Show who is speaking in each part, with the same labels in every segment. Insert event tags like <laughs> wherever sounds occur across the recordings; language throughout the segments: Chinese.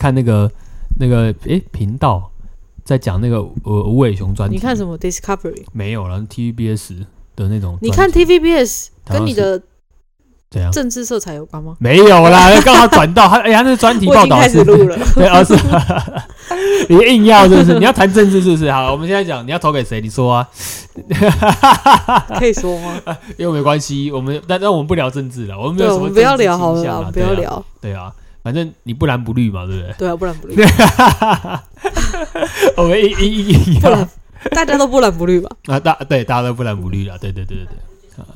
Speaker 1: 看那个那个诶频道，在讲那个呃无尾熊专
Speaker 2: 啊你
Speaker 1: 题，
Speaker 2: 看什么 Discovery？
Speaker 1: 没有了 TVBS 的那种专题，
Speaker 2: 你看 TVBS
Speaker 1: 台湾
Speaker 2: 跟你的
Speaker 1: 怎样？
Speaker 2: 政治色彩有关吗？
Speaker 1: 没有啦，
Speaker 2: <laughs>
Speaker 1: 刚好转到他，哎、他那专题
Speaker 2: 我已
Speaker 1: 报
Speaker 2: 经
Speaker 1: 道
Speaker 2: 开
Speaker 1: 是
Speaker 2: 始，录了， <laughs>
Speaker 1: 对，而、是 <laughs> 你硬要是不是？你要谈政治是不是？好，我们现在讲你要投给谁？你说啊， <laughs>
Speaker 2: 可以说吗？
Speaker 1: 因为没关系，我们但但我们不聊政治了，我们 <laughs> 没
Speaker 2: 对，
Speaker 1: 有什
Speaker 2: 我
Speaker 1: 么
Speaker 2: 们不要
Speaker 1: 政治
Speaker 2: 聊好
Speaker 1: 倾
Speaker 2: 了
Speaker 1: 向
Speaker 2: 啦，
Speaker 1: 啊
Speaker 2: 不要
Speaker 1: 对啊
Speaker 2: 聊，
Speaker 1: 对啊，反正你不蓝不绿嘛，对不对？ <laughs>
Speaker 2: 对啊，不然不绿，
Speaker 1: 我们一一一一
Speaker 2: 不然 <laughs> 大家都不蓝不绿吧？
Speaker 1: 啊，大对大家都不蓝不绿了，对对对对
Speaker 2: <laughs>
Speaker 1: 对。啊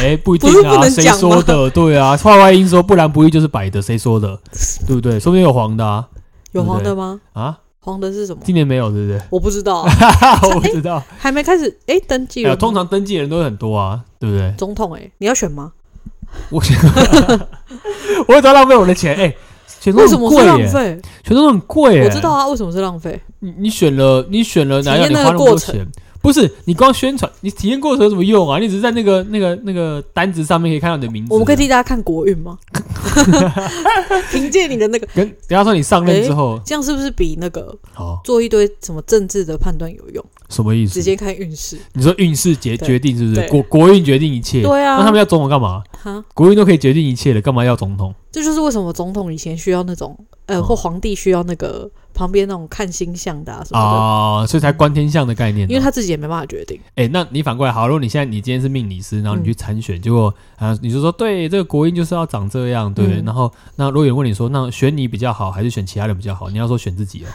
Speaker 1: 哎，不一定
Speaker 2: 不是不
Speaker 1: 啊，
Speaker 2: 能
Speaker 1: 谁
Speaker 2: 讲吗
Speaker 1: 说的？对啊，话外音说不蓝不绿就是白的，谁说
Speaker 2: <laughs>
Speaker 1: 的？对不对？说不定有黄的啊
Speaker 2: 有黄的吗？
Speaker 1: 啊，
Speaker 2: 黄的是什么？
Speaker 1: 今年没有，对
Speaker 2: <laughs>
Speaker 1: 不对？
Speaker 2: 我不知道啊，
Speaker 1: <laughs> 我不知道。
Speaker 2: 还没开始哎，登记
Speaker 1: 哎呀
Speaker 2: 了。
Speaker 1: 通常登记的人都很多啊，对不对？ <laughs>
Speaker 2: 总统哎，你要选吗？
Speaker 1: 我我也知道浪费我的钱，哎，选中
Speaker 2: 为
Speaker 1: 很
Speaker 2: 什么
Speaker 1: 贵
Speaker 2: 是浪
Speaker 1: 耶，
Speaker 2: 费？
Speaker 1: 选中很贵耶。
Speaker 2: 我知道啊，为什么是浪费？
Speaker 1: 你你选了，你选了哪样？
Speaker 2: 体验
Speaker 1: 你
Speaker 2: 那
Speaker 1: 花
Speaker 2: 个
Speaker 1: 那么多
Speaker 2: 过程
Speaker 1: 钱？不是，你光宣传，你体验过程有什么用啊？你只是在那个、那个、那个单子上面可以看到你的名字。
Speaker 2: 我们可以替大家看国
Speaker 1: <laughs>
Speaker 2: 运吗？凭借你的那个，
Speaker 1: 跟人家说你上任之后，
Speaker 2: 这样是不是比那个
Speaker 1: 好
Speaker 2: 做一堆什么政治的判断有用？
Speaker 1: 哦什么意思
Speaker 2: 直？接看运势
Speaker 1: 你说运势决
Speaker 2: 对
Speaker 1: 决定是不是
Speaker 2: 对
Speaker 1: 国国运决定一切？
Speaker 2: 对啊
Speaker 1: 那他们要总统干嘛？
Speaker 2: 哈，
Speaker 1: 国运都可以决定一切了，干嘛要总统？
Speaker 2: 这就是为什么总统以前需要那种呃，
Speaker 1: 嗯
Speaker 2: 或皇帝需要那个旁边那种看星象的啊什么
Speaker 1: 啊、所以才观天象的概念呢。
Speaker 2: 的，因为他自己也没办法决定。
Speaker 1: 哎、那你反过来好，如果你现在你今天是命理师，然后你
Speaker 2: 嗯
Speaker 1: 去参选，结果啊，你就说对，这个国运就是要长这样，对。
Speaker 2: 嗯
Speaker 1: 然后那如果有人问你说，那选你比较好，还是选其他人比较好？你要说选自己哦。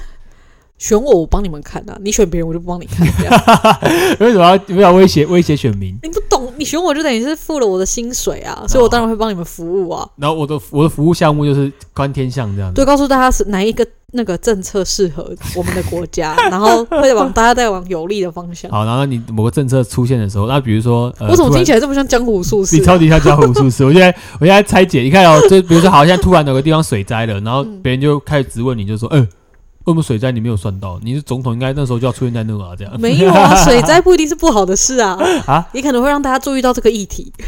Speaker 2: 选我，我帮你们看啊；你选别人，我就不帮你看。这样 <laughs>
Speaker 1: 为什么要为什么要威胁威胁选民？
Speaker 2: 你不懂，你选我就等于是付了我的薪水啊，所以我当然会帮你们服务啊。
Speaker 1: 然后我的我的服务项目就是观天象这样子。
Speaker 2: 对，告诉大家是哪一个那个政策适合我们的国家，然后会往大家带往有利的方向。
Speaker 1: 好，然后你某个政策出现的时候，那比如说，呃，
Speaker 2: 我怎么
Speaker 1: 哦突然
Speaker 2: 听起来这么像江湖术士
Speaker 1: 你
Speaker 2: 啊、
Speaker 1: 超级像江湖术士？我现在我现在拆解，你看哦，就比如说，好，现在突然有个地方水灾了，然后
Speaker 2: 嗯
Speaker 1: 别人就开始质问你，就说，嗯、为什么水灾你没有算到？你是总统，应该那时候就要出现在那个啊，这样。
Speaker 2: <laughs> 没有啊，水灾不一定是不好的事啊，
Speaker 1: 啊
Speaker 2: 也可能会让大家注意到这个议题。
Speaker 1: <laughs>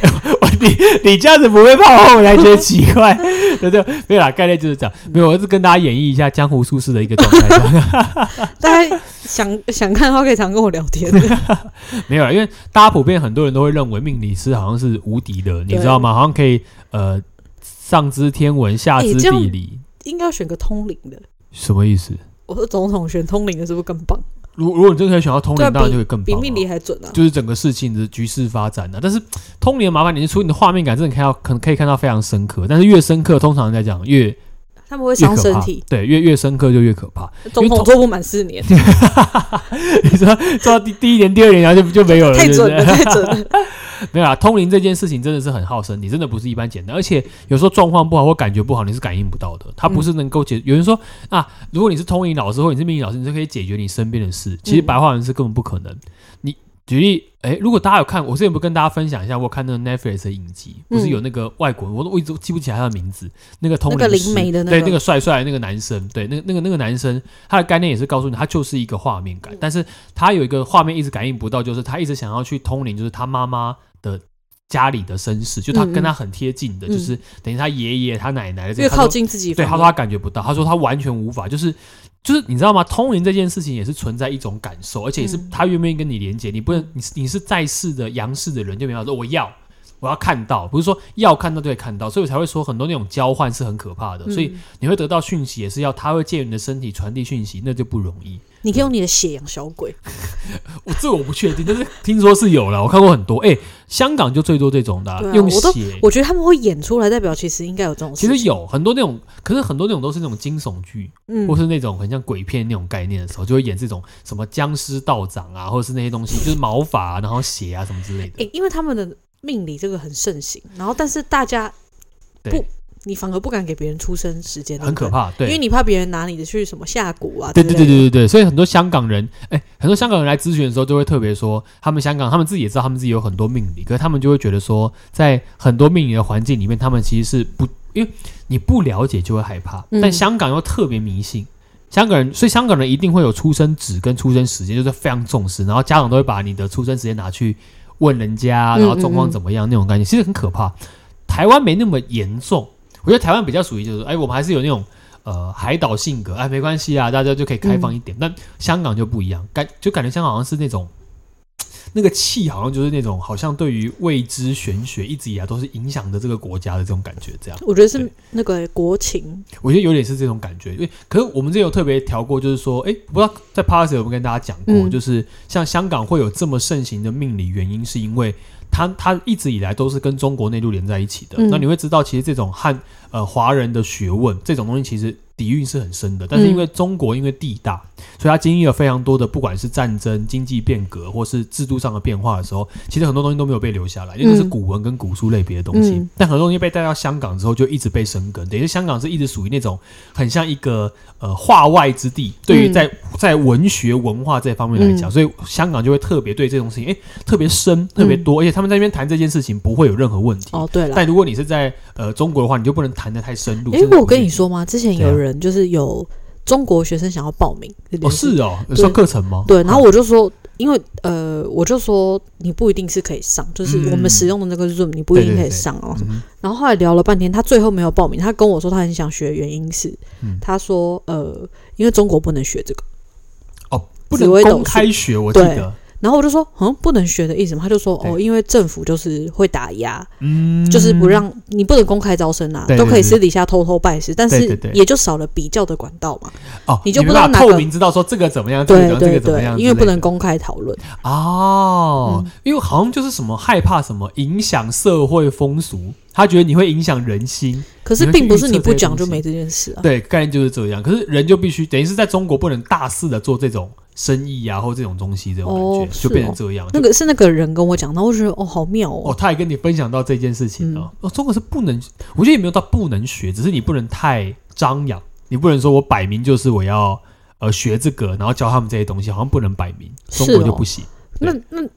Speaker 1: 你你这样子不会怕后来觉得奇怪？ <laughs> 对对，没有啦，概念就是这样。
Speaker 2: 嗯
Speaker 1: 没有，我是跟大家演绎一下江湖术士的一个
Speaker 2: <laughs>
Speaker 1: 状态这样。
Speaker 2: 大家想想看的话，可以常跟我聊天。啊
Speaker 1: 没有啦，因为大家普遍很多人都会认为命理师好像是无敌的，你
Speaker 2: 对
Speaker 1: 知道吗？好像可以呃上知天文下
Speaker 2: 诶
Speaker 1: 知
Speaker 2: 哎这样
Speaker 1: 地理，
Speaker 2: 应该要选个通灵的，
Speaker 1: 什么意思？
Speaker 2: 我说总统选通灵的是不是更棒？
Speaker 1: 如如果你真的可以选到通
Speaker 2: 对啊
Speaker 1: 灵，当然就会更
Speaker 2: 比
Speaker 1: 棒、
Speaker 2: 命理
Speaker 1: 啊。
Speaker 2: 还准啊！
Speaker 1: 就是整个事情的局势发展呢、啊，但是通灵的麻烦，你是出你的画面感，真的看到可能可以看到非常深刻，但是越深刻，通常在讲越
Speaker 2: 他们会
Speaker 1: 越
Speaker 2: 伤
Speaker 1: 可
Speaker 2: 身
Speaker 1: 怕
Speaker 2: 体，，
Speaker 1: 对，越越深刻就越可怕。 <laughs>
Speaker 2: 总统做不满四年，
Speaker 1: 你说做到第第一年、第二年，然后就就没有了，
Speaker 2: 太准
Speaker 1: 对
Speaker 2: 了，
Speaker 1: 不对
Speaker 2: 太准了。
Speaker 1: 没有啦，通灵这件事情真的是很耗身体，真的不是一般简单。而且有时候状况不好或感觉不好，你是感应不到的，它不是能够解。有人说啊，如果你是通灵老师或你是命理老师，你就可以解决你身边的事。其实
Speaker 2: 嗯
Speaker 1: 白话文是根本不可能。你举例，诶，如果大家有看，我之前不是跟大家分享一下，我有看那个 Netflix 的影集，不是
Speaker 2: 嗯
Speaker 1: 有那个外国人，我都我一直都记不起来他的名字，那个通
Speaker 2: 那个
Speaker 1: 灵师
Speaker 2: 灵媒的那
Speaker 1: 对
Speaker 2: 个
Speaker 1: 那个帅帅的那个男生，对那个那个那个男生，他的概念也是告诉你，他就是一个画面
Speaker 2: 嗯
Speaker 1: 感，但是他有一个画面一直感应不到，就是他一直想要去通灵，就是他妈妈的家里的身世，就他
Speaker 2: 嗯嗯
Speaker 1: 跟他很贴近的，
Speaker 2: 嗯
Speaker 1: 就是等于他爷爷、他奶奶的这
Speaker 2: 越
Speaker 1: 些，他
Speaker 2: 靠
Speaker 1: 说
Speaker 2: 近自
Speaker 1: <laughs>
Speaker 2: 己，
Speaker 1: 对，他说他感觉不到，他说他完全无法，就是就是你知道吗？通灵这件事情也是存在一种感受，而且也是
Speaker 2: 嗯
Speaker 1: 他愿不愿意跟你连接。你不能，你是你是在世的阳世的人，就没法说我要我要看到，不是说要看到就可以看到，所以我才会说很多那种交换是很可怕的。所以
Speaker 2: 嗯
Speaker 1: 你会得到讯息，也是要他会借你的身体传递讯息，那就不容易。
Speaker 2: 你可以用你的血养小鬼，
Speaker 1: 我这我不确定，但是听说是有了，我看过很多。哎、香港就最多这种的啊、
Speaker 2: 对啊
Speaker 1: 用
Speaker 2: 我都
Speaker 1: 血。
Speaker 2: 我觉得他们会演出来，代表其实应该有这种
Speaker 1: 其
Speaker 2: 事情。
Speaker 1: 实有很多那种，可是很多那种都是那种惊悚剧，
Speaker 2: 嗯
Speaker 1: 或是那种很像鬼片那种概念的时候，就会演这种什么僵尸道长啊，或者是那些东西，就是毛发、啊、然后血啊什么之类的。
Speaker 2: 诶因为他们的命理这个很盛行，然后但是大家
Speaker 1: 对
Speaker 2: 不，你反而不敢给别人出生时间，
Speaker 1: 很可怕，
Speaker 2: 怕，因为
Speaker 1: 对，
Speaker 2: 你怕别人拿你的去什么下蛊啊，
Speaker 1: 对对对对，对对，所以很多香港人，哎、很多香港人来咨询的时候，就会特别说，他们香港，他们自己也知道他们自己有很多命理，可是他们就会觉得说，在很多命理的环境里面，他们其实是不，因为你不了解就会害怕，
Speaker 2: 嗯
Speaker 1: 但香港又特别迷信，香港人，所以香港人一定会有出生纸跟出生时间，就是非常重视，然后家长都会把你的出生时间拿去问人家，
Speaker 2: 嗯
Speaker 1: 然后状况怎么样那种概念，其实很可怕。台湾没那么严重，我觉得台湾比较属于就是，哎，我们还是有那种呃海岛性格，哎，没关系啊，大家就可以开放一点。但香港就不一样，感就感觉香港好像是那种。那个气好像就是那种，好像对于未知玄学一直以来都是影响着这个国家的这种感觉，这样
Speaker 2: 我觉得是
Speaker 1: 对
Speaker 2: 那个国情，
Speaker 1: 我觉得有点是这种感觉。因为可是我们之前有特别调过，就是说，哎、不知道在 p a s s 有没有跟大家讲过，
Speaker 2: 嗯
Speaker 1: 就是像香港会有这么盛行的命理，原因是因为它它一直以来都是跟中国内陆连在一起的。
Speaker 2: 嗯
Speaker 1: 那你会知道，其实这种汉呃华人的学问这种东西，其实底蕴是很深
Speaker 2: 嗯
Speaker 1: 的。但是因为中国因为地大，所以它经历了非常多的，不管是战争、经济变革，或是制度上的变化的时候，其实很多东西都没有被留下来，因为这是
Speaker 2: 嗯
Speaker 1: 古文跟古书类别的东西。
Speaker 2: 嗯
Speaker 1: 但很多东西被带到香港之后，就一直被生根。等于是香港是一直属于那种很像一个呃化外之地，对于
Speaker 2: 嗯
Speaker 1: 在在文学文化这方面来讲，
Speaker 2: 嗯
Speaker 1: 所以香港就会特别对这种事情，哎、特别深，特别多，而且他们在那边谈这件事情不会有任何问题。
Speaker 2: 哦，对了，
Speaker 1: 但如果你是在呃中国的话，你就不能谈得太深入。
Speaker 2: 因
Speaker 1: 这
Speaker 2: 为
Speaker 1: 个
Speaker 2: 我跟
Speaker 1: 不
Speaker 2: 你
Speaker 1: 行，
Speaker 2: 说嘛，之前
Speaker 1: 对啊
Speaker 2: 有人就是有中国学生想要报名这件
Speaker 1: 哦
Speaker 2: 事，
Speaker 1: 是哦，算课程吗？
Speaker 2: 对，然后我就说，因为呃，我就说你不一定是可以上，就是我
Speaker 1: 嗯
Speaker 2: 们使用的那个 Zoom，你不一定可
Speaker 1: 对对对
Speaker 2: 以上哦。
Speaker 1: 嗯哼
Speaker 2: 然后后来聊了半天，他最后没有报名。他跟我说他很想学，原因是、
Speaker 1: 嗯
Speaker 2: 他说呃，因为中国不能学这个。
Speaker 1: 哦不
Speaker 2: 紫
Speaker 1: 能
Speaker 2: 微斗
Speaker 1: 公开学，我记
Speaker 2: 对
Speaker 1: 得，
Speaker 2: 然后我就说，嗯，不能学的意思吗？他就说，哦，
Speaker 1: 对
Speaker 2: 因为政府就是会打压，
Speaker 1: 嗯，
Speaker 2: 就是不让你不能公开招生啦、啊
Speaker 1: 对对
Speaker 2: 都可以
Speaker 1: 对
Speaker 2: 私底下偷偷拜师，但
Speaker 1: 对对
Speaker 2: 是
Speaker 1: 对
Speaker 2: 也就少了比较的管道嘛。
Speaker 1: 哦，
Speaker 2: 你就
Speaker 1: 没
Speaker 2: 不知
Speaker 1: 办
Speaker 2: 道
Speaker 1: 法
Speaker 2: 哪个
Speaker 1: 透明知道说这个怎么样，这个怎
Speaker 2: 对
Speaker 1: 么样，这
Speaker 2: 对
Speaker 1: 个怎么样之
Speaker 2: 对，
Speaker 1: 类的，
Speaker 2: 因为不能公开讨论。
Speaker 1: 哦，
Speaker 2: 嗯
Speaker 1: 因为好像就是什么害怕什么影响社会风俗，他觉得你会影响人心，
Speaker 2: 可
Speaker 1: 你
Speaker 2: 是
Speaker 1: 会去
Speaker 2: 并不
Speaker 1: 预
Speaker 2: 是
Speaker 1: 测
Speaker 2: 你
Speaker 1: 这
Speaker 2: 不
Speaker 1: 些
Speaker 2: 讲
Speaker 1: 东
Speaker 2: 就
Speaker 1: 西
Speaker 2: 没这件事啊。
Speaker 1: 对，概念就是这样。可是人就必须等于是在中国不能大肆的做这种生意啊，或这种东西这种感觉，
Speaker 2: 哦
Speaker 1: 就变成这样。
Speaker 2: 那个是那个人跟我讲，然后我就觉得哦，好妙
Speaker 1: 哦，
Speaker 2: 哦。
Speaker 1: 他也跟你分享到这件事情啊、
Speaker 2: 嗯
Speaker 1: 哦，中国是不能，我觉得也没有到不能学，只是你不能太张扬，你不能说我摆明就是我要呃学这个，然后教他们这些东西，好像不能摆明，中
Speaker 2: 是
Speaker 1: 国就
Speaker 2: 哦
Speaker 1: 不行。
Speaker 2: 那那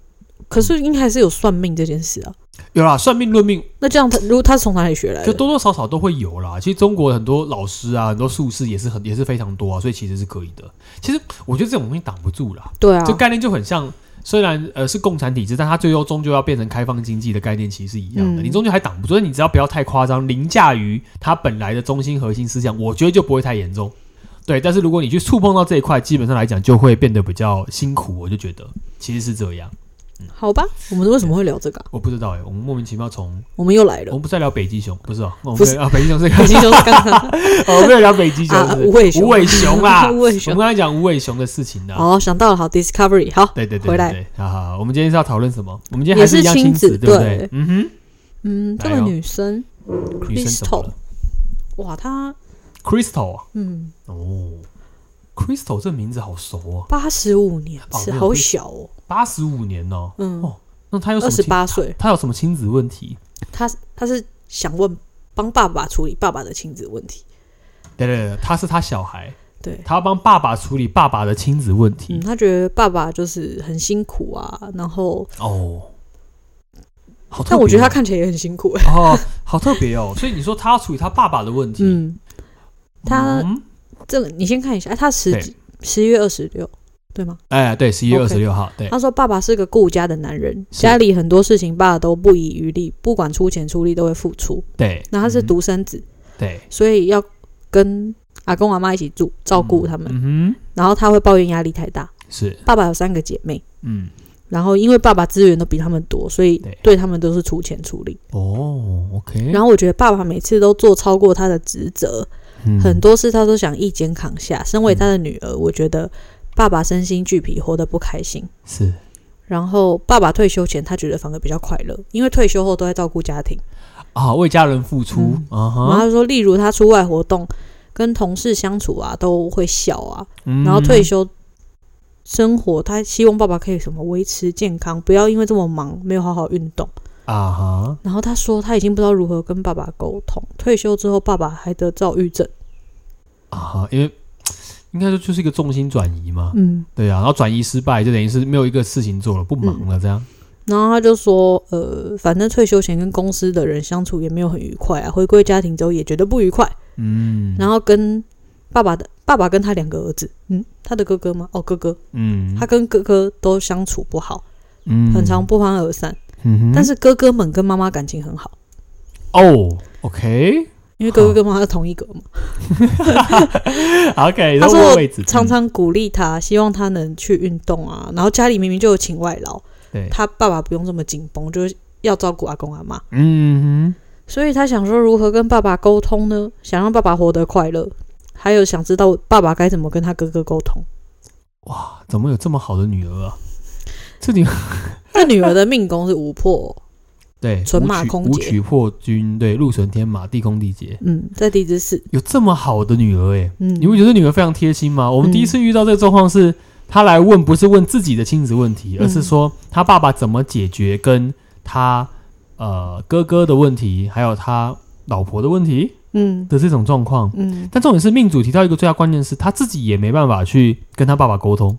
Speaker 2: 可是应该还是有算命这件事啊。
Speaker 1: 有啦，算命论命
Speaker 2: 那这样他如果他是从哪里学来
Speaker 1: 就
Speaker 2: 的？
Speaker 1: 多多少少都会有啦。其实中国很多老师啊，很多术士也是很也是非常多啊，所以其实是可以的。其实我觉得这种东西挡不住啦，
Speaker 2: 对啊
Speaker 1: 这，概念就很像，虽然呃是共产体制，但它最后终究要变成开放经济的概念，其实是一样的。
Speaker 2: 嗯
Speaker 1: 你终究还挡不住，所以你只要不要太夸张，凌驾于它本来的中心核心思想，我觉得就不会太严重。对，但是如果你去触碰到这一块，基本上来讲就会变得比较辛苦，我就觉得其实是这样。
Speaker 2: 好吧，我们为什么会聊这个啊、
Speaker 1: 我不知道哎、我们莫名其妙从
Speaker 2: 我们又来
Speaker 1: 我
Speaker 2: 了 <laughs>
Speaker 1: 们，不是在聊北极熊，不是哦，我们
Speaker 2: 不是
Speaker 1: 在啊北极熊是个
Speaker 2: 北极熊是刚
Speaker 1: <laughs>
Speaker 2: 刚
Speaker 1: 哦，没有聊北极熊，
Speaker 2: 啊
Speaker 1: 是不是
Speaker 2: 无尾熊
Speaker 1: 无尾熊
Speaker 2: <laughs>
Speaker 1: 啦。
Speaker 2: 问
Speaker 1: 我们刚才讲无尾熊的事情呢。啊
Speaker 2: 哦，想到了，好，Discovery，好，
Speaker 1: 对对对，
Speaker 2: 回来
Speaker 1: 对，对好好，好我们今天是要讨论什么？我们今天还一样
Speaker 2: 也是亲
Speaker 1: 子，
Speaker 2: 子
Speaker 1: 对不
Speaker 2: 对
Speaker 1: 嗯哼，
Speaker 2: 嗯，这个
Speaker 1: 来哦
Speaker 2: 女生，
Speaker 1: 女生怎么了
Speaker 2: 哇，她，
Speaker 1: ？Crystal 啊
Speaker 2: 嗯，
Speaker 1: 哦，Crystal 这名字好熟哦，
Speaker 2: 八十五年
Speaker 1: 哦
Speaker 2: 是
Speaker 1: 没有
Speaker 2: 好
Speaker 1: 会
Speaker 2: 小哦，
Speaker 1: 八十五年哦。
Speaker 2: 嗯
Speaker 1: 哦，那他有什
Speaker 2: 二
Speaker 1: 么
Speaker 2: 十
Speaker 1: 亲？
Speaker 2: 八岁，
Speaker 1: 他有什么亲子问题？
Speaker 2: 她她是想问帮爸爸处理爸爸的亲子问题，
Speaker 1: 对对对，他是他小孩，
Speaker 2: 对，
Speaker 1: 他要帮爸爸处理爸爸的亲子问题
Speaker 2: 嗯，。她觉得爸爸就是很辛苦啊，然后，
Speaker 1: 哦，好特别哦，
Speaker 2: 但我觉得她看起来也很辛
Speaker 1: <laughs>
Speaker 2: 苦，欸
Speaker 1: 哦，好特别哦。所以你说他要处理他爸爸的问题，
Speaker 2: 嗯，他
Speaker 1: 嗯
Speaker 2: 这个你先看一下，哎，她十
Speaker 1: 对
Speaker 2: 几十一月二十六，对吗？
Speaker 1: 哎，对，十一月二
Speaker 2: OK
Speaker 1: 十六号，对，
Speaker 2: 他说：“爸爸是个顾家的男人，
Speaker 1: 是
Speaker 2: 家里很多事情爸爸都不遗余力，不管出钱出力都会付出。
Speaker 1: 对，
Speaker 2: 那他是
Speaker 1: 嗯
Speaker 2: 独生子，
Speaker 1: 对
Speaker 2: 所以要跟阿公阿妈一起住，照顾他们。
Speaker 1: 嗯
Speaker 2: 然后他会抱怨压力太大。
Speaker 1: 哼，是，
Speaker 2: 爸爸有三个姐妹，
Speaker 1: 嗯，
Speaker 2: 然后因为爸爸资源都比他们多，所以
Speaker 1: 对
Speaker 2: 对他们都是出钱出力。
Speaker 1: 哦，OK，
Speaker 2: 然后我觉得爸爸每次都做超过他的职责，
Speaker 1: 嗯
Speaker 2: 很多事他都想一肩扛下。身为他的女儿，我觉得爸爸身心俱疲，活得不开心。”
Speaker 1: 是
Speaker 2: 然后爸爸退休前，他觉得反而比较快乐，因为退休后都在照顾家庭。
Speaker 1: 啊，为家人付出啊
Speaker 2: 嗯然后
Speaker 1: 哈，
Speaker 2: 他说，例如他出外活动，跟同事相处啊，都会笑啊。
Speaker 1: 嗯
Speaker 2: 然后退休生活，他希望爸爸可以什么维持健康，不要因为这么忙没有好好运动。
Speaker 1: 啊哈，
Speaker 2: 然后他说，他已经不知道如何跟爸爸沟通。退休之后，爸爸还得躁郁症。
Speaker 1: 啊哈，因为应该说就是一个重心转移嘛，
Speaker 2: 嗯，
Speaker 1: 对啊，然后转移失败就等于是没有一个事情做了，不忙了这样，
Speaker 2: 然后他就说，呃，反正退休前跟公司的人相处也没有很愉快啊，回归家庭之后也觉得不愉快。
Speaker 1: 嗯，
Speaker 2: 然后跟爸爸的爸爸跟他两个儿子，嗯，他的哥哥吗？哦，哥哥，
Speaker 1: 嗯，
Speaker 2: 他跟哥哥都相处不好，
Speaker 1: 嗯
Speaker 2: 很常，不欢而散。
Speaker 1: 嗯哼
Speaker 2: 但是哥哥们跟妈妈感情很好，
Speaker 1: 哦，OK，
Speaker 2: 因为哥哥跟妈妈是同一格嘛。
Speaker 1: 嗯 OK，
Speaker 2: 他
Speaker 1: 都
Speaker 2: 说
Speaker 1: 问位置，
Speaker 2: 常
Speaker 1: 嗯
Speaker 2: 常鼓励他，希望他能去运动啊。然后家里明明就有请外劳，
Speaker 1: 嗯对，
Speaker 2: 他爸爸不用这么紧绷，就是要照顾阿公阿妈。
Speaker 1: 嗯
Speaker 2: 所以他想说，如何跟爸爸沟通呢？想让爸爸活得快乐，还有想知道爸爸该怎么跟他哥哥沟通。
Speaker 1: 哼，怎么有这么好的女儿啊？这女
Speaker 2: 他女儿的命宫是五破哦、
Speaker 1: 对，
Speaker 2: 纯
Speaker 1: 武
Speaker 2: 马
Speaker 1: 曲
Speaker 2: 空
Speaker 1: 武
Speaker 2: 劫
Speaker 1: 曲破军，对，陆神天马，地空地劫，
Speaker 2: 嗯，在地支四，
Speaker 1: 有这么好的女儿哎、
Speaker 2: 嗯，
Speaker 1: 你不觉得女儿非常贴心吗？我们
Speaker 2: 嗯
Speaker 1: 第一次遇到这个状况是，她来问不是问自己的亲子问题，而
Speaker 2: 嗯
Speaker 1: 是说她爸爸怎么解决跟她呃哥哥的问题，还有她老婆的问题
Speaker 2: 嗯
Speaker 1: 的这种状况。
Speaker 2: 嗯，
Speaker 1: 但重点是命主提到一个最大关键是，她自己也没办法去跟她爸爸沟通。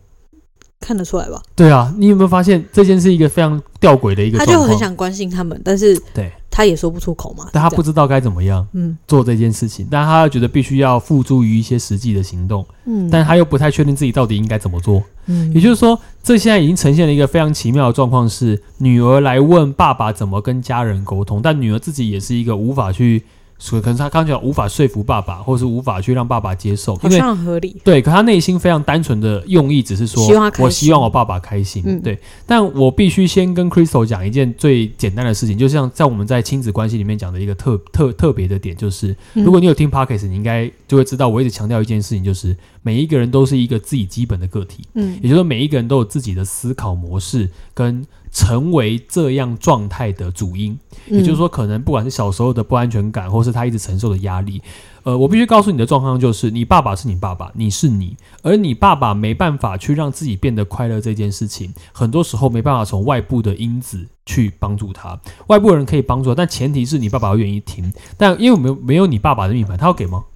Speaker 2: 看得出来吧？
Speaker 1: 对啊，你有没有发现这件是一个非常吊诡的一个
Speaker 2: 他
Speaker 1: 状
Speaker 2: 就
Speaker 1: 况？
Speaker 2: 很想关心他们，但是
Speaker 1: 对，
Speaker 2: 他也说不出口嘛。
Speaker 1: 但他
Speaker 2: 这
Speaker 1: 不
Speaker 2: 样，
Speaker 1: 知道该怎么样
Speaker 2: 嗯
Speaker 1: 做这件事情，但他又觉得必须要付诸于一些实际的行动，
Speaker 2: 嗯，
Speaker 1: 但他又不太确定自己到底应该怎么做。
Speaker 2: 嗯
Speaker 1: 也就是说，这现在已经呈现了一个非常奇妙的状况，是女儿来问爸爸怎么跟家人沟通，但女儿自己也是一个无法去，可能她刚刚讲无法说服爸爸，或是无法去让爸爸接受，
Speaker 2: 好哦
Speaker 1: 因为
Speaker 2: 像很合理。
Speaker 1: 对，可她内心非常单纯的用意只是说
Speaker 2: 希望他开，心
Speaker 1: 我希望我爸爸开心，
Speaker 2: 嗯
Speaker 1: 对，但我必须先跟 Crystal 讲一件最简单的事情，就像在我们在亲子关系里面讲的一个特特特别的点，就是
Speaker 2: 嗯
Speaker 1: 如果你有听 Podcast，你应该就会知道，我一直强调一件事情，就是每一个人都是一个自己基本的个体。
Speaker 2: 嗯
Speaker 1: 也就是说，每一个人都有自己的思考模式跟成为这样状态的主因。
Speaker 2: 嗯
Speaker 1: 也就是说，可能不管是小时候的不安全感，或是他一直承受的压力，呃，我必须告诉你的状况就是，你爸爸是你爸爸，你是你，而你爸爸没办法去让自己变得快乐这件事情，很多时候没办法从外部的因子去帮助他。外部人可以帮助他，但前提是你爸爸要愿意听。但因为没有没有你爸爸的命盘，他要给吗？
Speaker 2: 嗯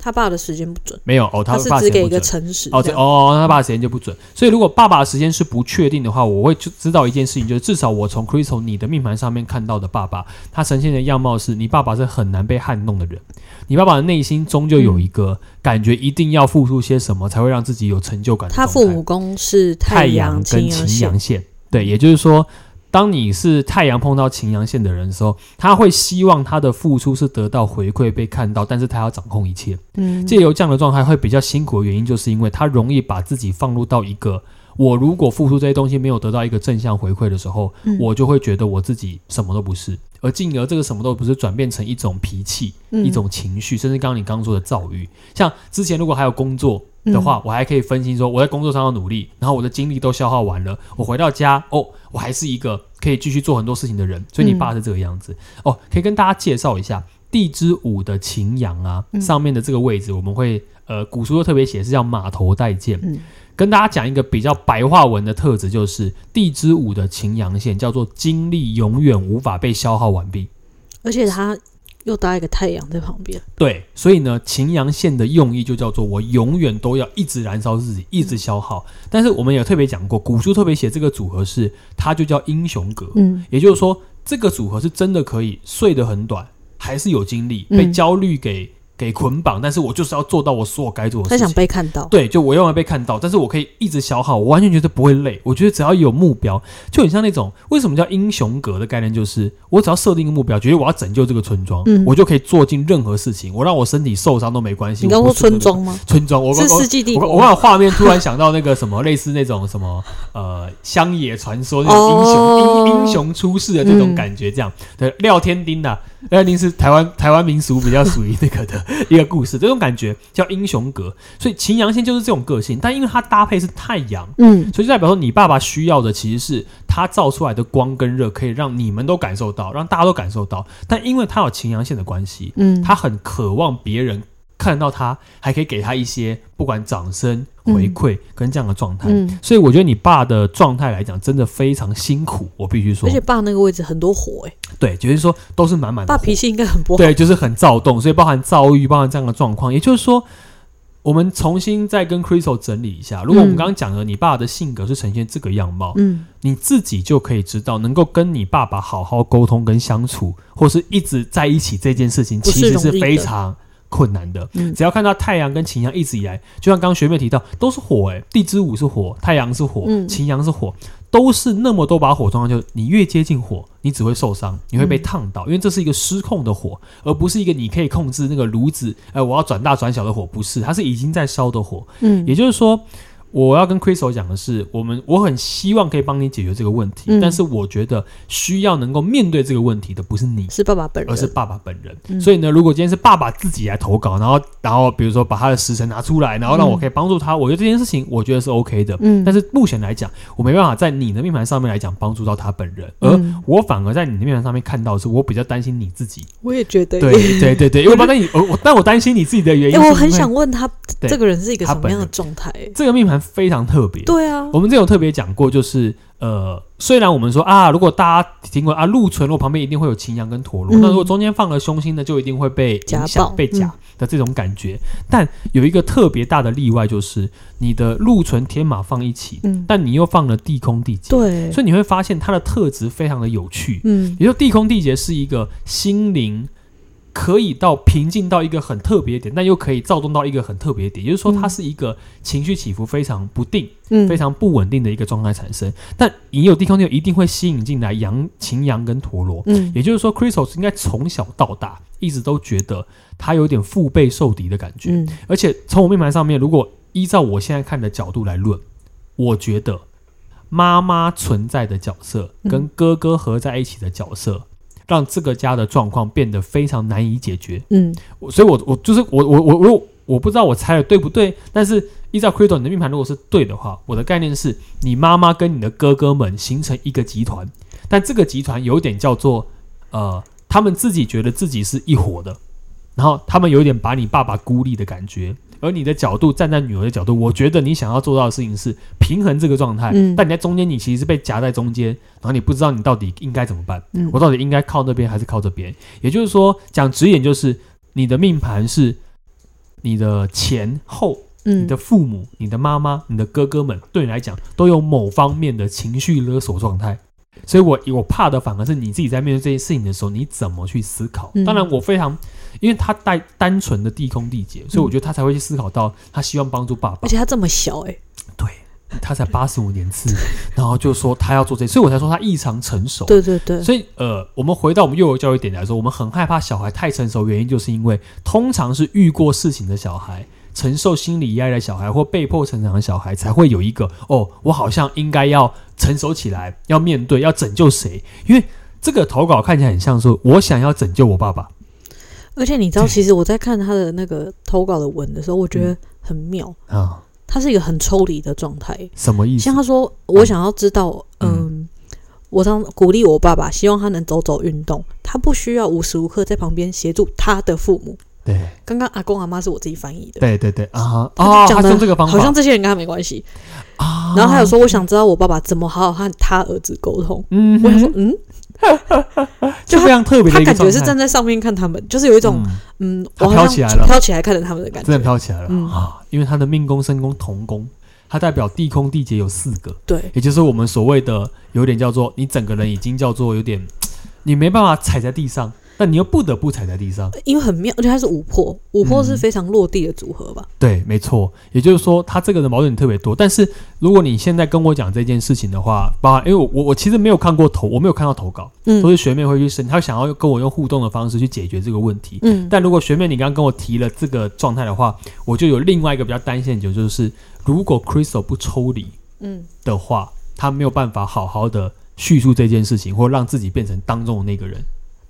Speaker 2: 他爸的时间不准，
Speaker 1: 没有哦，
Speaker 2: 他
Speaker 1: 他
Speaker 2: 是
Speaker 1: 爸爸
Speaker 2: 只
Speaker 1: 钱
Speaker 2: 给
Speaker 1: 不
Speaker 2: 一个
Speaker 1: 准
Speaker 2: 诚实。
Speaker 1: 哦，这
Speaker 2: 这样
Speaker 1: 哦，那爸爸的时间就不准。所以如果爸爸的时间是不确定的话，我会就知道一件事情，就是至少我从 Crystal 你的命盘上面看到的爸爸，他呈现的样貌是你爸爸是很难被撼动的人。你爸爸的内心终究
Speaker 2: 嗯
Speaker 1: 有一个感觉，一定要付出些什么才会让自己有成就感的
Speaker 2: 他
Speaker 1: 状态。
Speaker 2: 父母宫是
Speaker 1: 太阳
Speaker 2: 阳、
Speaker 1: 跟
Speaker 2: 阳
Speaker 1: 擎
Speaker 2: 线
Speaker 1: 阳，线，对，也就是说，当你是太阳碰到擎阳线的人的时候，他会希望他的付出是得到回馈、被看到，但是他要掌控一切。
Speaker 2: 嗯，
Speaker 1: 借由这样的状态会比较辛苦的原因，就是因为他容易把自己放入到一个我如果付出这些东西没有得到一个正向回馈的时候，
Speaker 2: 嗯
Speaker 1: 我就会觉得我自己什么都不是，而进而这个什么都不是转变成一种脾气、
Speaker 2: 嗯
Speaker 1: 一种情绪，甚至刚刚你刚刚说的躁郁。像之前如果还有工作的
Speaker 2: 嗯
Speaker 1: 话，我还可以分析说我在工作上要努力，然后我的精力都消耗完了，我回到家哦，我还是一个可以继续做很多事情的人。所以你
Speaker 2: 嗯
Speaker 1: 爸是这个样子、哦，可以跟大家介绍一下地支舞的擎羊啊，
Speaker 2: 嗯
Speaker 1: 上面的这个位置我们会呃古书都特别写是叫马头带剑。
Speaker 2: 嗯
Speaker 1: 跟大家讲一个比较白话文的特质，就是地支舞的擎羊线叫做精力永远无法被消耗完毕。
Speaker 2: 嗯而且他又搭一个太阳在旁边，
Speaker 1: 对，所以呢，擎阳线的用意就叫做我永远都要一直燃烧自己，一直消耗。但是我们也特别讲过，古书特别写这个组合是，它就叫英雄格，
Speaker 2: 嗯
Speaker 1: 也就是说，这个组合是真的可以睡得很短，还是有精力，
Speaker 2: 嗯
Speaker 1: 被焦虑给给捆绑，但是我就是要做到我所有该做的
Speaker 2: 他
Speaker 1: 事
Speaker 2: 想
Speaker 1: 情。
Speaker 2: 被看到，
Speaker 1: 对，就我用来被看到，但是我可以一直消耗，我完全觉得不会累。我觉得只要有目标，就很像那种为什么叫英雄格的概念，就是我只要设定一个目标，觉得我要拯救这个村庄，
Speaker 2: 嗯
Speaker 1: 我就可以做尽任何事情，我让我身体受伤都没关系。
Speaker 2: 你刚
Speaker 1: 我
Speaker 2: 说
Speaker 1: 不是
Speaker 2: 村庄吗？
Speaker 1: 村庄，我
Speaker 2: 是
Speaker 1: 我
Speaker 2: 世纪帝
Speaker 1: 我
Speaker 2: 国
Speaker 1: 我
Speaker 2: 吗，
Speaker 1: 有画面突然想到那个什么， <laughs> 类似那种什么呃乡野传说那种英雄、
Speaker 2: 哦嗯
Speaker 1: 英英雄出世的这种感觉，这样、对廖天丁呐、廖天丁是台湾台湾民俗比较属于那个的一个故事，这种感觉叫英雄格，所以秦阳仙就是这种个性，但因为它搭配是太阳。
Speaker 2: 嗯
Speaker 1: 所以就代表说，你爸爸需要的其实是他照出来的光跟热，可以让你们都感受到，让大家都感受到。但因为他有秦阳线的关系，
Speaker 2: 嗯，
Speaker 1: 他很渴望别人看到他，还可以给他一些不管掌声、回馈跟这样的状态。
Speaker 2: 嗯，
Speaker 1: 所以我觉得你爸的状态来讲，真的非常辛苦，我必须说
Speaker 2: 而，且爸那个位置很多火哎，
Speaker 1: 对，就是说都是满满的
Speaker 2: 爸
Speaker 1: 火，
Speaker 2: 脾气应该很不好，
Speaker 1: 对，就是很躁动，所以包含躁郁，包含这样的状况。也就是说，我们重新再跟 Crystal 整理一下，如果我们
Speaker 2: 嗯
Speaker 1: 刚刚讲的你爸的性格是呈现这个样貌，
Speaker 2: 嗯
Speaker 1: 你自己就可以知道，能够跟你爸爸好好沟通跟相处，或是一直在一起这件事情，
Speaker 2: 不
Speaker 1: 其
Speaker 2: 是
Speaker 1: 实
Speaker 2: 容易的
Speaker 1: 是非常困难的。
Speaker 2: 嗯
Speaker 1: 只要看到太阳跟擎羊哎一直以来，就像刚刚学妹提到，都是火、欸，地支舞是火，太阳是火，
Speaker 2: 嗯
Speaker 1: 擎羊是火，都是那么多把火装上去，你越接近火，你只会受伤，你会被烫到，因为这是一个失控的火，而不是一个你可以控制那个炉子，呃，我要转大转小的火，不是，它是已经在烧的火。
Speaker 2: 嗯
Speaker 1: 也就是说，我要跟 Crystal 讲的是，我们我很希望可以帮你解决这个问题，
Speaker 2: 嗯
Speaker 1: 但是我觉得需要能够面对这个问题的不是你，
Speaker 2: 哦是爸爸本人，
Speaker 1: 而是爸爸本人。
Speaker 2: 嗯
Speaker 1: 所以呢，如果今天是爸爸自己来投稿，然后然后比如说把他的时辰拿出来，然后让我可以帮助他，我觉得这件事情我觉得是 OK 的。
Speaker 2: 嗯
Speaker 1: 但是目前来讲，我没办法在你的命盘上面来讲帮助到他本人，而
Speaker 2: 嗯，
Speaker 1: 我反而在你的命盘上面看到的是，我比较担心你自己。
Speaker 2: 我也觉得
Speaker 1: 对
Speaker 2: 耶，
Speaker 1: 对对对，因为
Speaker 2: <laughs>
Speaker 1: 我担心你，我我但我担心你自己的原因是
Speaker 2: 哎，
Speaker 1: 因为，
Speaker 2: 我很想问他
Speaker 1: 对
Speaker 2: 这个人是一个
Speaker 1: 他
Speaker 2: 什么样
Speaker 1: 本
Speaker 2: 的
Speaker 1: 人
Speaker 2: 状态？哎
Speaker 1: 这个命盘非常特别。
Speaker 2: 对啊，
Speaker 1: 我们之前有特别讲过，就是呃，虽然我们说啊，如果大家听过啊，禄存落旁边一定会有擎羊跟陀螺，
Speaker 2: 嗯
Speaker 1: 那如果中间放了凶星呢，就一定会被影
Speaker 2: 夹爆
Speaker 1: 响、被夹
Speaker 2: 嗯
Speaker 1: 的这种感觉。但有一个特别大的例外，就是你的禄存天马放一起，
Speaker 2: 嗯，
Speaker 1: 但你又放了地空地劫，
Speaker 2: 对，
Speaker 1: 所以你会发现它的特质非常的有趣。
Speaker 2: 嗯
Speaker 1: 也就地空地劫是一个心灵可以到平静到一个很特别的点，但又可以躁动到一个很特别的点，也就是说它
Speaker 2: 嗯
Speaker 1: 是一个情绪起伏非常不定。
Speaker 2: 嗯，
Speaker 1: 非常不稳定的一个状态产生。但乙酉地空六一定会吸引进来羊、擎羊跟陀螺。
Speaker 2: 嗯
Speaker 1: 也就是说，Crystal 应该从小到大一直都觉得他有点腹背受敌的感觉。
Speaker 2: 嗯
Speaker 1: 而且从我命盘上面，如果依照我现在看的角度来论，我觉得妈妈存在的角色跟
Speaker 2: 嗯
Speaker 1: 哥哥合在一起的角色，让这个家的状况变得非常难以解决。
Speaker 2: 嗯
Speaker 1: 我所以我，我就是我我我我我不知道我猜的对不对，但是依照 Crypto 你的命盘如果是对的话，我的概念是你妈妈跟你的哥哥们形成一个集团，但这个集团有点叫做呃，他们自己觉得自己是一伙的，然后他们有点把你爸爸孤立的感觉。而你的角度站在女儿的角度，我觉得你想要做到的事情是平衡这个状态，
Speaker 2: 嗯
Speaker 1: 但你在中间，你其实是被夹在中间，然后你不知道你到底应该怎么办。
Speaker 2: 嗯
Speaker 1: 我到底应该靠那边还是靠这边？也就是说，讲直一点，就是你的命盘是你的前后、你
Speaker 2: 嗯
Speaker 1: 的父母、你的妈妈、你的哥哥们，对你来讲都有某方面的情绪勒索状态。所以我，我怕的反而是你自己在面对这些事情的时候，你怎么去思考？
Speaker 2: 嗯
Speaker 1: 当然，我非常，因为他带单纯的地空地劫，所以我觉得他才会去思考到，他希望帮助爸爸
Speaker 2: 嗯而。且他这么小，哎，
Speaker 1: 他才八十五年次，然后就说他要做这，所以我才说他异常成熟。
Speaker 2: 对对对，
Speaker 1: 所以呃，我们回到我们幼儿教育点来说，我们很害怕小孩太成熟，原因就是因为通常是遇过事情的小孩。承受心理压力的小孩或被迫成长的小孩才会有一个哦，我好像应该要成熟起来，要面对，要拯救谁？因为这个投稿看起来很像说，我想要拯救我爸爸。
Speaker 2: 而且你知道，
Speaker 1: 对
Speaker 2: 其实我在看他的那个投稿的文的时候，我觉得很妙，
Speaker 1: 啊，
Speaker 2: 他是一个很抽离的状态。欸
Speaker 1: 什么意思
Speaker 2: 像？他说，我想要知道，嗯，我常鼓励我爸爸，希望他能走走运动，他不需要无时无刻在旁边协助他的父母。
Speaker 1: 对
Speaker 2: 刚刚阿公阿妈是我自己翻译的，
Speaker 1: 对对对啊
Speaker 2: 他就
Speaker 1: 啊！
Speaker 2: 讲
Speaker 1: 他
Speaker 2: 得
Speaker 1: 是用这个方法，
Speaker 2: 好像这些人跟他没关系。
Speaker 1: 啊
Speaker 2: 然后还有说，我想知道我爸爸怎么好好和他儿子沟通。
Speaker 1: 嗯
Speaker 2: 我想说
Speaker 1: 哼，，
Speaker 2: 嗯，
Speaker 1: 就非常特别的
Speaker 2: 他
Speaker 1: 一个
Speaker 2: 感觉
Speaker 1: 状
Speaker 2: 是
Speaker 1: 态，
Speaker 2: 站在上面看他们，就是有一种
Speaker 1: 嗯
Speaker 2: 嗯，
Speaker 1: 他
Speaker 2: 我好像
Speaker 1: 飘起来了
Speaker 2: 飘起来看着他们的感
Speaker 1: 真的
Speaker 2: 觉。
Speaker 1: 飘起来了、
Speaker 2: 嗯
Speaker 1: 啊！因为他的命宫、身宫同宫，它代表地空地劫有四个，
Speaker 2: 对，
Speaker 1: 也就是我们所谓的有点叫做你整个人已经叫做有点，你没办法踩在地上，但你又不得不踩在地上。
Speaker 2: 因为很妙，而且他是五破，五破
Speaker 1: 嗯
Speaker 2: 是非常落地的组合吧？
Speaker 1: 对，没错，也就是说他这个的矛盾特别多。但是如果你现在跟我讲这件事情的话，包含因为我我我其实没有看过投，我没有看到投稿，
Speaker 2: 嗯
Speaker 1: 都是学妹会去申，她想要跟我用互动的方式去解决这个问题。
Speaker 2: 嗯，
Speaker 1: 但如果学妹你刚刚跟我提了这个状态的话，我就有另外一个比较担心的点，就是如果 Crystal 不抽离
Speaker 2: 嗯
Speaker 1: 的话，他没有办法好好的叙述这件事情，或让自己变成当中的那个人。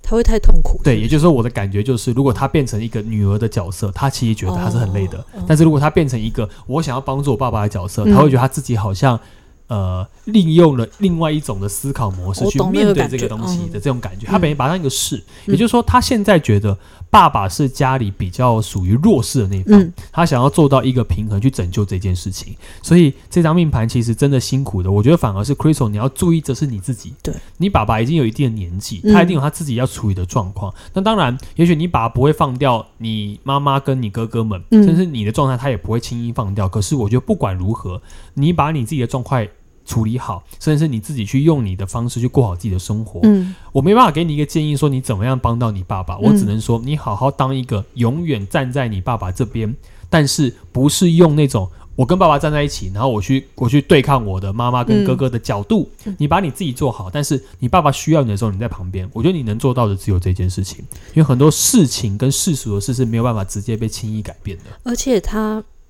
Speaker 2: 他会太痛苦。
Speaker 1: 对，也就是说，我的感觉就是，如果他变成一个女儿的角色，他其实觉得他是很累的；
Speaker 2: 哦
Speaker 1: 但是如果他变成一个我想要帮助我爸爸的角色，
Speaker 2: 嗯
Speaker 1: 他会觉得他自己好像。呃，利用了另外一种的思考模式
Speaker 2: 我
Speaker 1: 去
Speaker 2: 懂那
Speaker 1: 面
Speaker 2: 个
Speaker 1: 对
Speaker 2: 感
Speaker 1: 这个
Speaker 2: 觉
Speaker 1: 东西
Speaker 2: 嗯
Speaker 1: 的这种感觉，他等于把它当一个事。
Speaker 2: 嗯
Speaker 1: 也就是说，他现在觉得爸爸是家里比较属于弱势的那一方，
Speaker 2: 嗯
Speaker 1: 他想要做到一个平衡，去拯救这件事情。所以这张命盘其实真的辛苦的，我觉得反而是 Crystal，你要注意，这是你自己。
Speaker 2: 对，
Speaker 1: 你爸爸已经有一定的年纪，
Speaker 2: 嗯
Speaker 1: 他一定有他自己要处理的状况。那当然，也许你爸爸不会放掉你妈妈跟你哥哥们，
Speaker 2: 嗯
Speaker 1: 甚至你的状态，他也不会轻易放掉。可是我觉得不管如何，你把你自己的状况处理好，甚至是你自己去用你的方式去过好自己的生活。
Speaker 2: 嗯
Speaker 1: 我没办法给你一个建议，说你怎么样帮到你爸爸。我只能说，你好好当一个永远站在你爸爸这边，但是不是用那种我跟爸爸站在一起，然后我去我去对抗我的妈妈跟
Speaker 2: 嗯
Speaker 1: 哥哥的角度，你把你自己做好，但是你爸爸需要你的时候，你在旁边。我觉得你能做到的只有这件事情，因为很多事情跟世俗的事是没有办法直接被轻易改变的。
Speaker 2: 而且他呃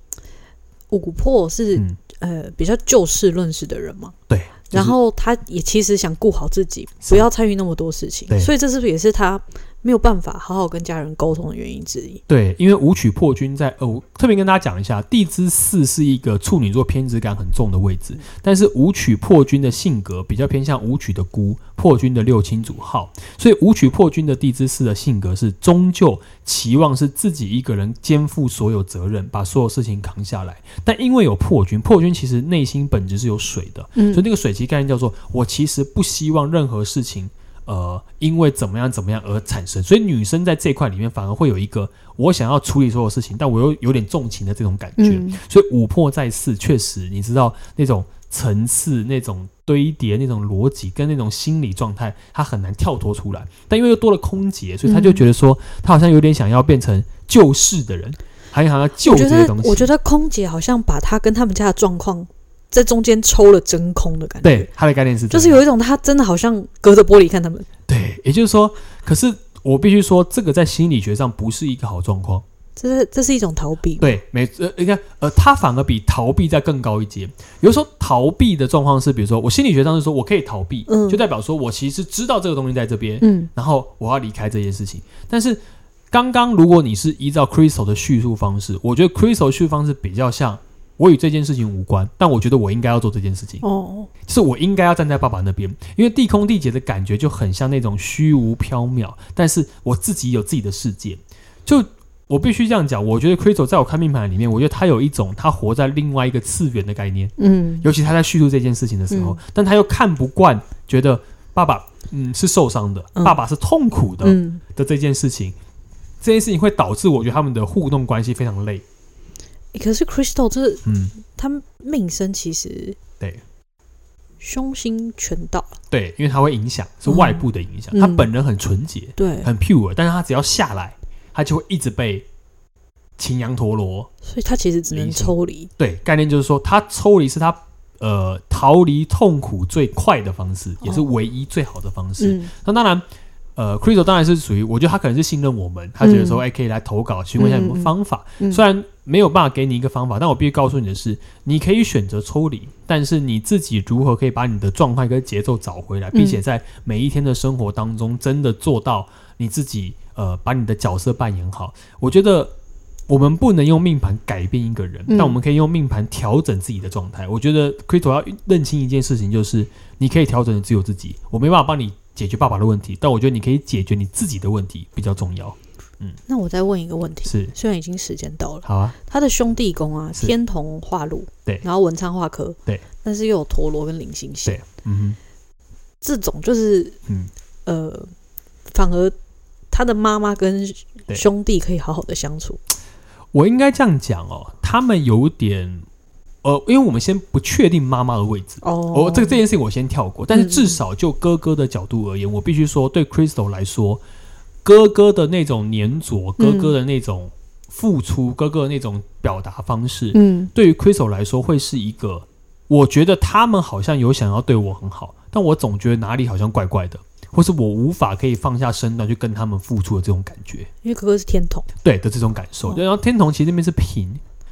Speaker 2: 五破是、
Speaker 1: 嗯
Speaker 2: 呃比较就事论事的人嘛，
Speaker 1: 对，就是
Speaker 2: 然后他也其实想顾好自己，
Speaker 1: 是
Speaker 2: 不要参与那么多事情
Speaker 1: 对，
Speaker 2: 所以这是不是也是他没有办法好好跟家人沟通的原因之一？
Speaker 1: 对，因为武曲破军在呃，我特别跟大家讲一下，地支四是一个处女座偏执感很重的位置，但是武曲破军的性格比较偏向武曲的孤，破军的六亲主号，所以武曲破军的地支四的性格是终究期望是自己一个人肩负所有责任，把所有事情扛下来。但因为有破军，破军其实内心本质是有水的，
Speaker 2: 嗯
Speaker 1: 所以那个水其实概念叫做我其实不希望任何事情。呃，因为怎么样怎么样而产生，所以女生在这块里面反而会有一个我想要处理所有事情，但我又有点重情的这种感觉。
Speaker 2: 嗯
Speaker 1: 所以五破在四，确实你知道那种层次、那种堆叠、那种逻辑跟那种心理状态，他很难跳脱出来。但因为又多了空姐，所以
Speaker 2: 嗯
Speaker 1: 他就觉得说，他好像有点想要变成救世的人，还想要救
Speaker 2: 我觉
Speaker 1: 这些
Speaker 2: 得
Speaker 1: 东，西。
Speaker 2: 我觉得空姐好像把她跟他们家的状况在中间抽了真空的感觉，
Speaker 1: 对，他的概念是这
Speaker 2: 就是
Speaker 1: 样
Speaker 2: 有一种她真的好像隔着玻璃看他们，
Speaker 1: 对，也就是说，可是我必须说，这个在心理学上不是一个好状况。
Speaker 2: 这是这是一种逃避。
Speaker 1: 对，没呃，应该呃，他反而比逃避在更高一阶。有的时候逃避的状况是，比如说我心理学上是说我可以逃避，
Speaker 2: 嗯
Speaker 1: 就代表说我其实知道这个东西在这边，
Speaker 2: 嗯，
Speaker 1: 然后我要离开这件事情。但是刚刚如果你是依照 Crystal 的叙述方式，我觉得 Crystal 的叙述方式比较像我与这件事情无关，但我觉得我应该要做这件事情，
Speaker 2: 哦，
Speaker 1: 就是我应该要站在爸爸那边，因为地空地劫的感觉就很像那种虚无缥缈，但是我自己有自己的世界。就我必须这样讲，我觉得 Crystal 在我看命盘里面，我觉得他有一种他活在另外一个次元的概念。
Speaker 2: 嗯，
Speaker 1: 尤其他在叙述这件事情的时候，
Speaker 2: 嗯
Speaker 1: 但他又看不惯，觉得爸爸嗯是受伤的，
Speaker 2: 嗯
Speaker 1: 爸爸是痛苦的、
Speaker 2: 嗯，
Speaker 1: 的这件事情，这件事情会导致我觉得他们的互动关系非常累。
Speaker 2: 诶可是 Crystal 这
Speaker 1: 嗯，
Speaker 2: 他命生其实
Speaker 1: 对
Speaker 2: 凶星全到了，
Speaker 1: 对，因为他会影响，是外部的影响。
Speaker 2: 嗯
Speaker 1: 他本人很纯洁，
Speaker 2: 对，
Speaker 1: 很 pure，但是他只要下来，他就会一直被秦羊陀螺
Speaker 2: 所以他其实只能
Speaker 1: 理性
Speaker 2: 抽离。
Speaker 1: 对，概念就是说，他抽离是他呃逃离痛苦最快的方式，也是
Speaker 2: 哦
Speaker 1: 唯一最好的方式。
Speaker 2: 嗯
Speaker 1: 那当然，呃，Crystal 当然是属于，我觉得他可能是信任我们，他觉得说，
Speaker 2: 嗯
Speaker 1: 哎、可以来投稿，询问一下有没有
Speaker 2: 嗯嗯
Speaker 1: 方法。
Speaker 2: 嗯
Speaker 1: 虽然没有办法给你一个方法，但我必须告诉你的是，你可以选择抽离，但是你自己如何可以把你的状态跟节奏找回
Speaker 2: 嗯
Speaker 1: 来，并且在每一天的生活当中，真的做到你自己呃把你的角色扮演好。我觉得。我们不能用命盘改变一个人，
Speaker 2: 嗯
Speaker 1: 但我们可以用命盘调整自己的状态。我觉得 Crystal 要认清一件事情，就是你可以调整的只有自己，我没办法帮你解决爸爸的问题，但我觉得你可以解决你自己的问题比较重要。
Speaker 2: 那我再问一个问题，
Speaker 1: 是，
Speaker 2: 虽然已经时间到了，
Speaker 1: 好啊，
Speaker 2: 他的兄弟宫啊，
Speaker 1: 是
Speaker 2: 天同化禄，
Speaker 1: 对
Speaker 2: 然后文昌化科，
Speaker 1: 对，
Speaker 2: 但是又有陀螺跟零星星，
Speaker 1: 对嗯
Speaker 2: 这种就是
Speaker 1: 哼，嗯，
Speaker 2: 呃，反而他的妈妈跟
Speaker 1: 对
Speaker 2: 兄弟可以好好的相处。
Speaker 1: 我应该这样讲哦，他们有点，呃，因为我们先不确定妈妈的位置。
Speaker 2: 哦，
Speaker 1: 我、这个这件事情我先跳过，但是
Speaker 2: 嗯
Speaker 1: 至少就哥哥的角度而言，我必须说，对 Crystal 来说，哥哥的那种粘着，哥哥的那种付出，哥哥的那种表达方式，
Speaker 2: 嗯
Speaker 1: 对于 Crystal 来说会是一个，我觉得他们好像有想要对我很好，但我总觉得哪里好像怪怪的，或是我无法可以放下身段去跟他们付出的这种感觉，
Speaker 2: 因为哥哥是天同，
Speaker 1: 对的这种感受。
Speaker 2: 哦
Speaker 1: 对，然后天童其实那边是平，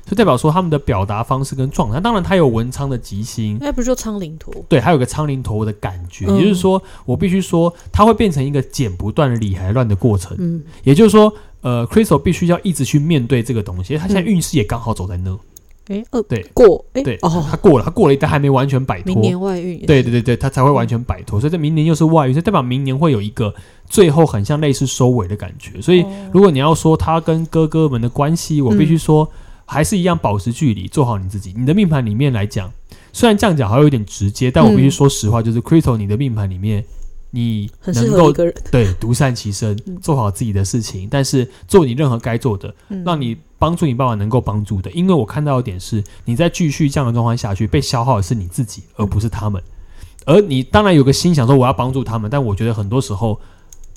Speaker 1: 就代表说他们的表达方式跟状态，当然他有文昌的吉星。
Speaker 2: 哎那不就苍灵陀？
Speaker 1: 对，还有个苍蝇头的感觉，
Speaker 2: 嗯
Speaker 1: 也就是说，我必须说，它会变成一个剪不断理还乱的过程。
Speaker 2: 嗯，
Speaker 1: 也就是说，呃，Crystal 必须要一直去面对这个东西，因为他现在运势也刚好走在
Speaker 2: 嗯
Speaker 1: 那。
Speaker 2: 诶，二
Speaker 1: 对
Speaker 2: 哎哦过，诶，
Speaker 1: 对，
Speaker 2: 哦
Speaker 1: 他，过了，他过了一代还没完全摆脱。
Speaker 2: 明年外运也是，
Speaker 1: 对对对对，他才会完全摆脱。所以在明年又是外遇，所以代表明年会有一个最后很像类似收尾的感觉。所以
Speaker 2: 哦
Speaker 1: 如果你要说他跟哥哥们的关系，我必须
Speaker 2: 嗯
Speaker 1: 说还是一样保持距离，做好你自己。你的命盘里面来讲，虽然这样讲好像有点直接，但我必须
Speaker 2: 嗯
Speaker 1: 说实话，就是 Crystal 你的命盘里面。你
Speaker 2: 很适
Speaker 1: 能
Speaker 2: 合
Speaker 1: 够
Speaker 2: 一个人，
Speaker 1: 对独善其身，
Speaker 2: 嗯
Speaker 1: 做好自己的事情，但是做你任何该做的，
Speaker 2: 嗯
Speaker 1: 让你帮助你爸爸能够帮助的，因为我看到的点是，你在继续这样的状况下去，被消耗的是你自己，而不是他们。而你当然有个心想说我要帮助他们，但我觉得很多时候，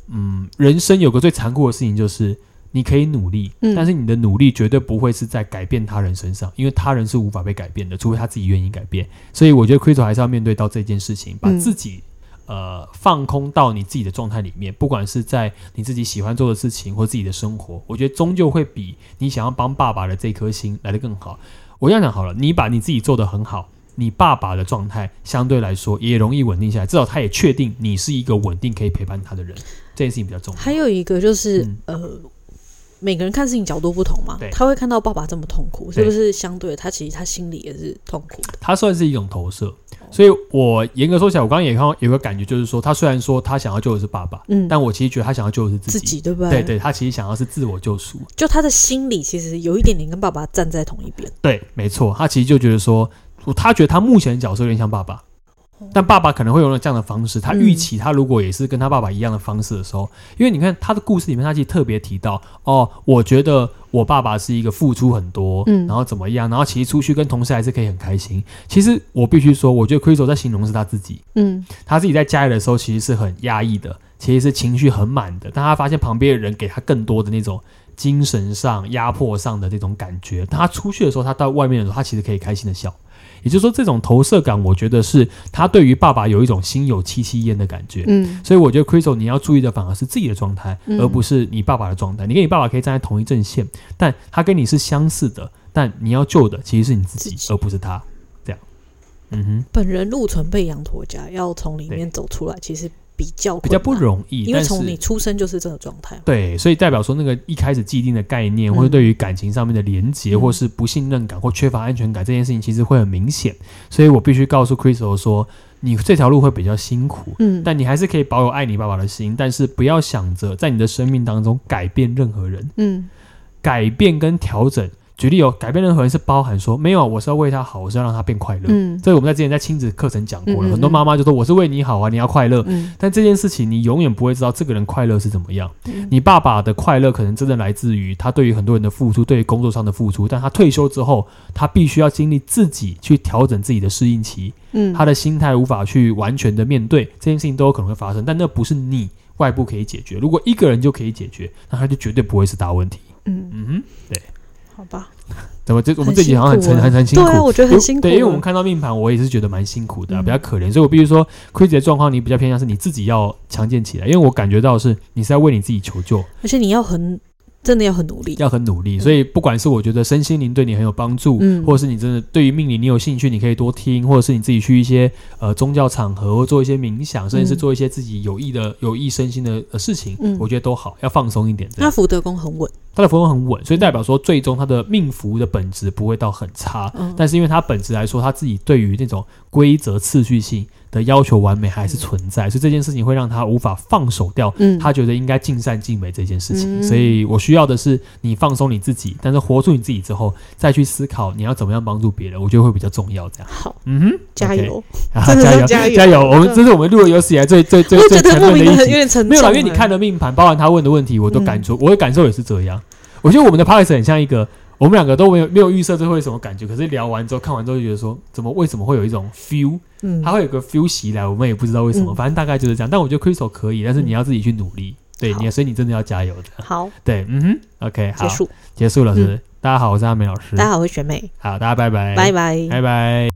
Speaker 1: 嗯，人生有个最残酷的事情就是，你可以努力，
Speaker 2: 嗯
Speaker 1: 但是你的努力绝对不会是在改变他人身上，因为他人是无法被改变的，除非他自己愿意改变。所以我觉得 Crystal 还是要面对到这件事情，把
Speaker 2: 嗯
Speaker 1: 自己、呃放空到你自己的状态里面，不管是在你自己喜欢做的事情或自己的生活，我觉得终究会比你想要帮爸爸的这颗心来得更好。我这样讲好了，你把你自己做得很好。你爸爸的状态相对来说也容易稳定下来，至少他也确定你是一个稳定可以陪伴他的人，这件事情比较重要。
Speaker 2: 还有一个就是、
Speaker 1: 嗯
Speaker 2: 呃，每个人看事情角度不同嘛
Speaker 1: 对，
Speaker 2: 他会看到爸爸这么痛苦，
Speaker 1: 对
Speaker 2: 是不是相对他其实他心里也是痛苦的？
Speaker 1: 它算是一种投射。
Speaker 2: 哦
Speaker 1: 所以我严格说起来，我刚刚也看到有个感觉，就是说，他虽然说他想要救的是爸爸，
Speaker 2: 嗯，
Speaker 1: 但我其实觉得他想要救的是自
Speaker 2: 自
Speaker 1: 己。
Speaker 2: 己对不
Speaker 1: 对对，他其实想要是自我救赎。
Speaker 2: 就他的心里其实有一点点跟爸爸站在同一边。
Speaker 1: 对，没错，他其实就觉得说，他觉得他目前的角色有点像爸爸，但爸爸可能会用这样的方式。他预期他如果也是跟他爸爸一样的方式的时候，因为你看他的故事里面，他其实特别提到哦，我觉得我爸爸是一个付出很多，
Speaker 2: 嗯
Speaker 1: 然后怎么样，然后其实出去跟同事还是可以很开心。其实我必须说，我觉得 Crystal 在形容的是他自己。
Speaker 2: 嗯，
Speaker 1: 他自己在家里的时候其实是很压抑的，其实是情绪很满的，但他发现旁边的人给他更多的那种精神上压迫上的那种感觉。但他出去的时候，他到外面的时候，他其实可以开心的笑。也就是说，这种投射感，我觉得是他对于爸爸有一种心有戚戚焉的感觉。
Speaker 2: 嗯，
Speaker 1: 所以我觉得 Crystal 你要注意的反而是自己的状态，
Speaker 2: 嗯
Speaker 1: 而不是你爸爸的状态。你跟你爸爸可以站在同一阵线，但他跟你是相似的，但你要救的其实是你自己，
Speaker 2: 自己
Speaker 1: 而不是他。这样，嗯哼，
Speaker 2: 本人陆存被羊驼夹，要从里面走出来，其实比较
Speaker 1: 比较
Speaker 2: 困
Speaker 1: 不
Speaker 2: 难，
Speaker 1: 容易，
Speaker 2: 因为
Speaker 1: 但是
Speaker 2: 从你出生就是这个状态嘛。
Speaker 1: 对，所以代表说那个一开始既定的概念，
Speaker 2: 嗯
Speaker 1: 或者对于感情上面的连结，
Speaker 2: 嗯
Speaker 1: 或是不信任感或缺乏安全感这件事情，其实会很明显。所以我必须告诉 Crystal 说，你这条路会比较辛苦，
Speaker 2: 嗯，
Speaker 1: 但你还是可以保有爱你爸爸的心，但是不要想着在你的生命当中改变任何人，
Speaker 2: 嗯
Speaker 1: 改变跟调整。举例哦，改变任何人是包含说，没有，我是要为他好，我是要让他变快乐。
Speaker 2: 嗯
Speaker 1: 这个我们在之前在亲子课程讲过了，
Speaker 2: 嗯嗯嗯
Speaker 1: 很多妈妈就说我是为你好啊，你要快乐。
Speaker 2: 嗯
Speaker 1: 但这件事情你永远不会知道这个人快乐是怎么样。
Speaker 2: 嗯
Speaker 1: 你爸爸的快乐可能真的来自于他对于很多人的付出，对于工作上的付出，但他退休之后，他必须要经历自己去调整自己的适应期，
Speaker 2: 嗯，
Speaker 1: 他的心态无法去完全的面对这件事情都有可能会发生，但那不是你外部可以解决。如果一个人就可以解决，那他就绝对不会是大问题。
Speaker 2: 嗯，
Speaker 1: 嗯
Speaker 2: 好吧，
Speaker 1: 哼，怎么这我们
Speaker 2: 很
Speaker 1: 这集好像很
Speaker 2: 辛苦
Speaker 1: 很
Speaker 2: 欸
Speaker 1: 很很辛
Speaker 2: 对
Speaker 1: 苦，
Speaker 2: 啊，我觉得很辛苦啊。
Speaker 1: 对，因为我们看到命盘，我也是觉得蛮辛苦的、啊，
Speaker 2: 嗯
Speaker 1: 比较可怜，所以我必须说 c r i s 的状况，你比较偏向是你自己要强健起来，因为我感觉到是你是在为你自己求救，
Speaker 2: 而且你要很真的要很努力。
Speaker 1: 要很努力。
Speaker 2: 嗯
Speaker 1: 所以不管是我觉得身心灵对你很有帮助，
Speaker 2: 嗯
Speaker 1: 或者是你真的对于命理你有兴趣，你可以多听，或者是你自己去一些呃宗教场合或做一些冥想，甚至是
Speaker 2: 嗯
Speaker 1: 做一些自己有益的有益身心的、呃、事情，
Speaker 2: 嗯
Speaker 1: 我觉得都好，要放松一点。这
Speaker 2: 那
Speaker 1: 样
Speaker 2: 福德宫很稳，
Speaker 1: 他的符文很稳，所以代表说最终他的命符的本质不会到很差。
Speaker 2: 嗯，
Speaker 1: 但是因为他本质来说，他自己对于那种规则次序性的要求完美还是存在，所以这件事情会让他无法放手掉。
Speaker 2: 嗯
Speaker 1: 他觉得应该尽善尽美这件事情，
Speaker 2: 嗯
Speaker 1: 所以我需要的是你放松你自己，但是活出你自己之后，再去思考你要怎么样帮助别人，我觉得会比较重要。这样，
Speaker 2: 好，
Speaker 1: 嗯哼，
Speaker 2: 加
Speaker 1: OK
Speaker 2: 油！
Speaker 1: 啊
Speaker 2: 真的
Speaker 1: 加
Speaker 2: 是
Speaker 1: 油，
Speaker 2: 加油
Speaker 1: 加油！我们
Speaker 2: 真的
Speaker 1: 这是我们录了有史以来最最最
Speaker 2: 我
Speaker 1: 最
Speaker 2: 觉得
Speaker 1: 沉
Speaker 2: 莫
Speaker 1: 闷
Speaker 2: 名
Speaker 1: 的
Speaker 2: 的
Speaker 1: 一
Speaker 2: 很有
Speaker 1: 集。
Speaker 2: 点沉重欸。嗯
Speaker 1: 没有啦，因为你看的命盘，包含他问的问题，我都感觉，我的感受也是这样。我觉得我们的 p a r 很像一个，我们两个都没有没有预设这会有什么感觉，可是聊完之后，看完之后就觉得说，怎么为什么会有一种 feel，
Speaker 2: 嗯，
Speaker 1: 它会有个 feel 袭来，我们也不知道为什么，
Speaker 2: 嗯
Speaker 1: 反正大概就是这样。但我觉得 Crystal 可以，但是
Speaker 2: 嗯
Speaker 1: 你要自己去努力，对，
Speaker 2: 好
Speaker 1: 你所以你真的要加油的。
Speaker 2: 好，
Speaker 1: 对，嗯哼，OK，好
Speaker 2: 结，束。
Speaker 1: 结束了，是不
Speaker 2: 嗯
Speaker 1: 是？大家好，我是阿美老师
Speaker 2: 大，家好，我是学妹，
Speaker 1: 哎好，大家拜拜，
Speaker 2: 拜拜。
Speaker 1: 拜拜。